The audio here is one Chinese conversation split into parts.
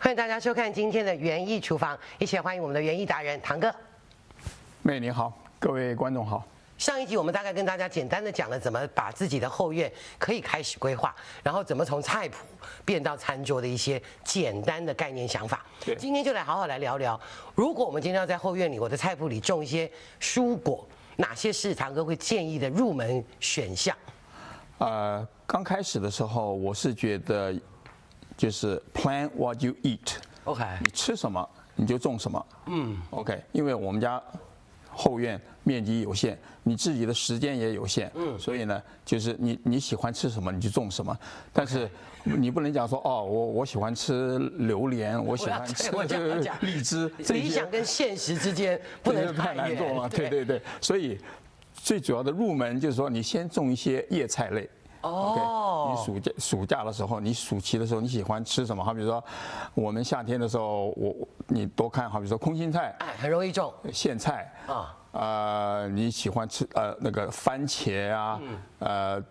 欢迎大家收看今天的园艺厨房，一起来欢迎我们的园艺达人唐哥。妹你好，各位观众好。上一集我们大概跟大家简单的讲了怎么把自己的后院可以开始规划，然后怎么从菜谱变到餐桌的一些简单的概念想法。对今天就来好好来聊聊，如果我们今天要在后院里我的菜谱里种一些蔬果，哪些是堂哥会建议的入门选项？呃，刚开始的时候，我是觉得就是 plan what you eat， OK 你吃什么你就种什么。嗯，OK，因为我们家后院面积有限，你自己的时间也有限，嗯，所以呢，就是你你喜欢吃什么你就种什么，但是你不能讲说哦，我我喜欢吃榴莲，我喜欢吃我要哦对我要讲荔枝，这理些想跟现实之间不这能就太太难远做了。对对对，所以最主要的入门就是说，你先种一些叶菜类。哦 o k 你暑假暑假的时候，你暑期的时候，你喜欢吃什么？好比说，我们夏天的时候，我你多看，好比说空心菜、哎，很容易种。苋菜啊啊，呃，你喜欢吃呃那个番茄啊，呃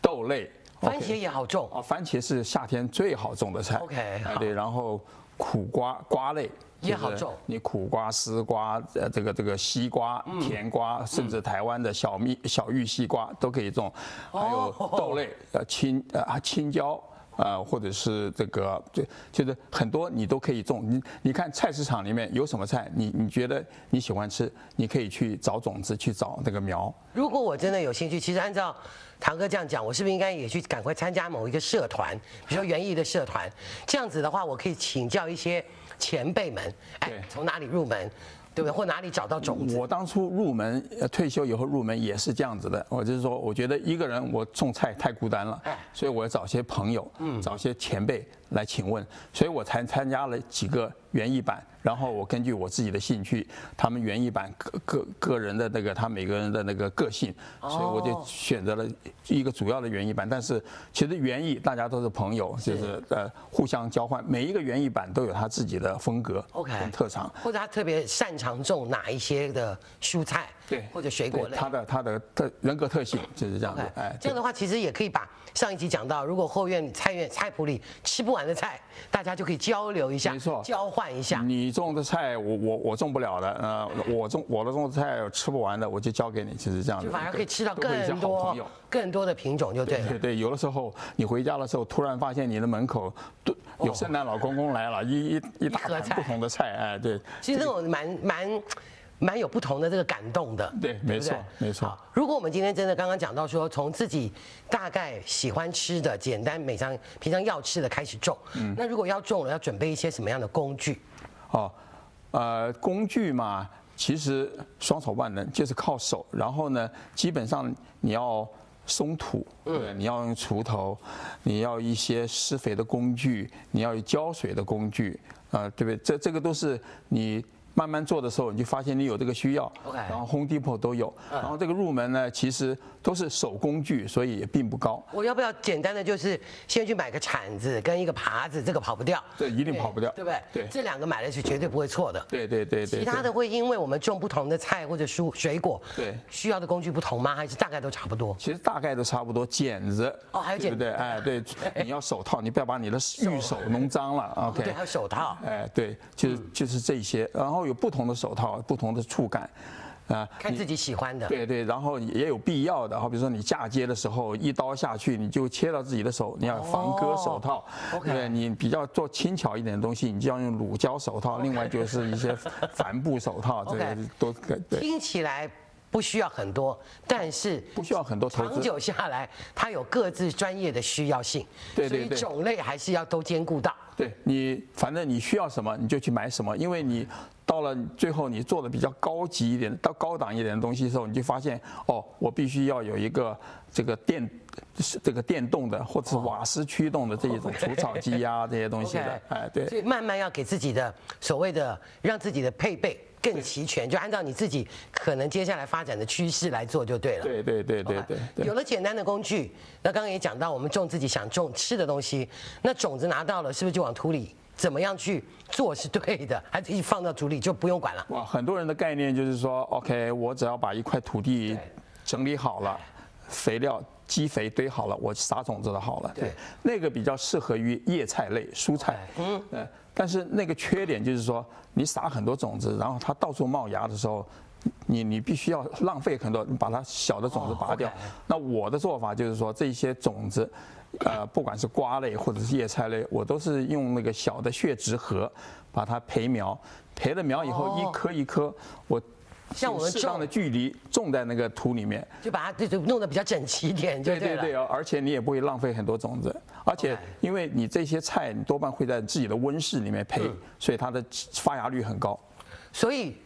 豆类，嗯番 OK 茄也好种啊，番茄是夏天最好种的菜。 OK，哎好对，然后苦瓜瓜类也就是好种你苦瓜、丝瓜，呃，这个这个西瓜、嗯甜瓜，甚至台湾的小蜜、小玉西瓜都可以种，还有哦豆类，呃，青呃啊青椒。呃，或者是这个，就就是很多你都可以种。你你看菜市场里面有什么菜，你你觉得你喜欢吃，你可以去找种子，去找那个苗。如果我真的有兴趣，其实按照堂哥这样讲，我是不是应该也去赶快参加某一个社团，比如说园艺的社团？这样子的话，我可以请教一些前辈们，哎对，从哪里入门，对不对？或哪里找到种子？我当初入门，呃，退休以后入门也是这样子的。我就是说，我觉得一个人我种菜太孤单了哎，嗯所以我要找些朋友，找些前辈来请问，所以我才参加了几个园艺版。然后我根据我自己的兴趣，他们园艺版个个个人的那个他每个人的那个个性，哦所以我就选择了一个主要的园艺版。但是其实园艺大家都是朋友，就是呃互相交换，每一个园艺版都有他自己的风格 OK 跟特长。或者他特别擅长种哪一些的蔬菜，对，或者水果对类。他的他的特人格特性就是这样子 OK，，哎，这样对的话，其实也可以把上一集讲到，如果后院菜院菜谱里吃不完的菜，大家就可以交流一下，没错嗯交换一下。你种的菜我我我种不了的，呃，我种我的种的菜吃不完的，我就交给你，就是这样子，就反而可以吃到都会有一些更好多朋友。更多的品种，就对了。对对，有的时候你回家的时候，突然发现你的门口都有圣诞老公公来了，一一一大哦一盒盘菜不同的菜，哎，对，其实这种蛮蛮蛮有不同的这个感动的。对不没错没错好如果我们今天真的刚刚讲到说，从自己大概喜欢吃的、简单每常平常要吃的开始种，嗯那如果要种了，要准备一些什么样的工具？哦，呃，工具嘛，其实双手万能，就是靠手。然后呢，基本上你要松土，嗯对，你要用锄头，你要一些施肥的工具，你要有浇水的工具，呃，对不对？这这个都是你。慢慢做的时候，你就发现你有这个需要 OK 嗯然后 Home Depot 都有，然后这个入门呢，其实都是手工具，所以也并不高，我要不要简单的就是先去买个铲子跟一个耙子，这个跑不掉，这一定跑不掉，对不对？对这两个买了是绝对不会错的。对对对对。其他对的会因为我们种不同的菜或者蔬水果，对需要的工具不同吗？还是大概都差不多？其实大概都差不多，剪子哦还有剪对不对？哎，对， 你要手套，你不要把你的玉手弄脏了。哦对， OK，还有手套。哎，对，就是就是这些，然后有不同的手套，不同的触感，啊，看自己喜欢的。对对，然后也有必要的，好比如说你嫁接的时候，一刀下去你就切到自己的手，你要有防割手套。哦 OK 对，你比较做轻巧一点的东西，你就要用乳胶手套，另外就是一些 帆布手套，这 OK 个都可对，听起来不需要很多，但是不需要很多投长资。久下来，它有各自专业的需要性，对对所对以种类还是要都兼顾到。对你，反正你需要什么你就去买什么，因为你到了最后你做的比较高级一点、到高档一点的东西的时候，你就发现哦，我必须要有一个这个电、是这个电动的或者是瓦斯驱动的这一种除草机呀、这些东西的 OK，，哎，对。所以慢慢要给自己的所谓的让自己的配备更齐全，就按照你自己可能接下来发展的趋势来做就对了。对对对对对对有了简单的工具，那刚刚也讲到，我们种自己想种吃的东西，那种子拿到了，是不是就往土里怎么样去做是对的？还是一放到土里就不用管了？哇，很多人的概念就是说，OK，我只要把一块土地对整理好了，肥料基肥堆好了，我撒种子的好了。对，那个比较适合于叶菜类、蔬菜。嗯，呃，但是那个缺点就是说，你撒很多种子，然后它到处冒芽的时候。你你必须要浪费很多，你把它小的种子拔掉。那我的做法就是说，这些种子，呃，不管是瓜类或者是叶菜类，我都是用那个小的血植盒把它培苗，培了苗以后哦一颗一颗，我像我们适当种的距离种在那个土里面，就把它这就弄得比较整齐一点就对对了。对哦，而且你也不会浪费很多种子，而且 OK 因为你这些菜你多半会在自己的温室里面培，嗯所以它的发芽率很高。所以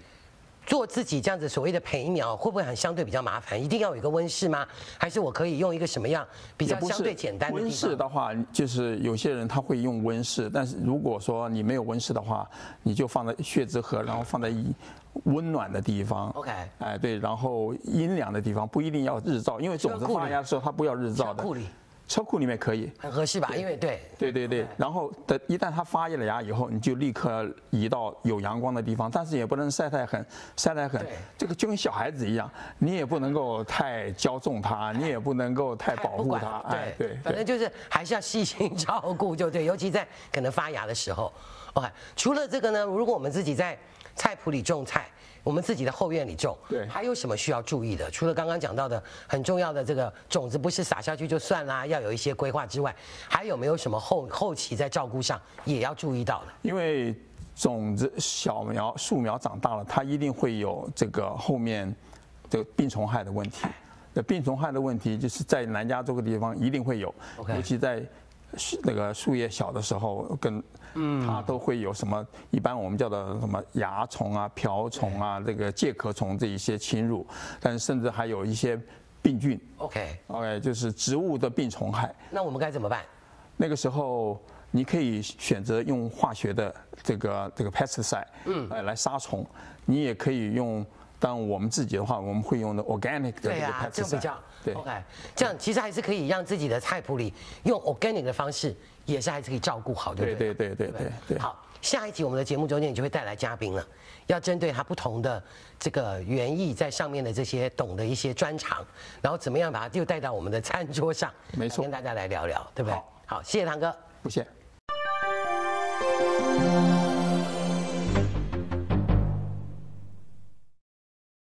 做自己这样子所谓的培苗，会不会很相对比较麻烦？一定要有一个温室吗？还是我可以用一个什么样比也较不是相对简单的地温室方？的话，就是有些人他会用温室，但是如果说你没有温室的话，你就放在血脂盒，然后放在一温暖的地方。 OK 哎，对，然后阴凉的地方不一定要日照，因为种车子库里发芽的时候它不要日照的。库里车库里面可以。很合适吧？因为对，对对对，然后等一旦它发了芽以后，你就立刻移到有阳光的地方，但是也不能晒太狠，晒太狠对，这个就跟小孩子一样，你也不能够太骄纵它，你也不能够太保哎不护管它，哎，对，反正就是还是要细 心照顾，就对，尤其在可能发芽的时候。OK，除了这个呢，如果我们自己在菜圃里种菜，我们自己的后院里种，对还有什么需要注意的？除了刚刚讲到的很重要的这个种子不是撒下去就算啦，要有一些规划之外，还有没有什么后后期在照顾上也要注意到的？因为种子小苗树苗长大了，它一定会有这个后面这个病虫害的问题。那病虫害的问题就是在南加州这个地方一定会有 OK 尤其在树那个树叶小的时候，跟它都会有什么？一般我们叫的什么蚜虫啊、瓢虫啊、这个介壳虫这一些侵入，但是甚至还有一些病菌 OK， ，OK，就是植物的病虫害。那我们该怎么办？那个时候你可以选择用化学的这个这个 pesticide，嗯，呃，来杀虫。你也可以用，当然我们自己的话，我们会用的 organic 的这对个啊，这 pesticide，样比较对 OK，这样其实还是可以让自己的菜圃里用 organic 的方式，也是还是可以照顾好，对不对对对对对对。好，下一集我们的节目中间你就会带来嘉宾了，要针对他不同的这个园艺在上面的这些懂的一些专长，然后怎么样把它又带到我们的餐桌上，没错来跟大家来聊聊，对不对？好好，谢谢堂哥。不谢。 Thank